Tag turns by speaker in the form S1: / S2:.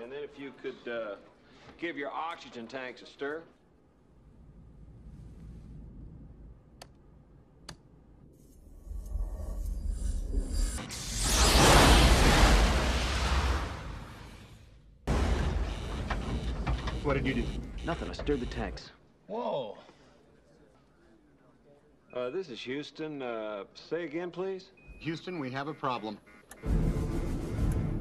S1: And then if you could uh, give your oxygen tanks a stir.
S2: What did you do?
S3: Nothing. I stirred the tanks.
S2: Whoa.
S1: Uh, this is Houston. Uh, say again, please.
S2: Houston, we have a problem.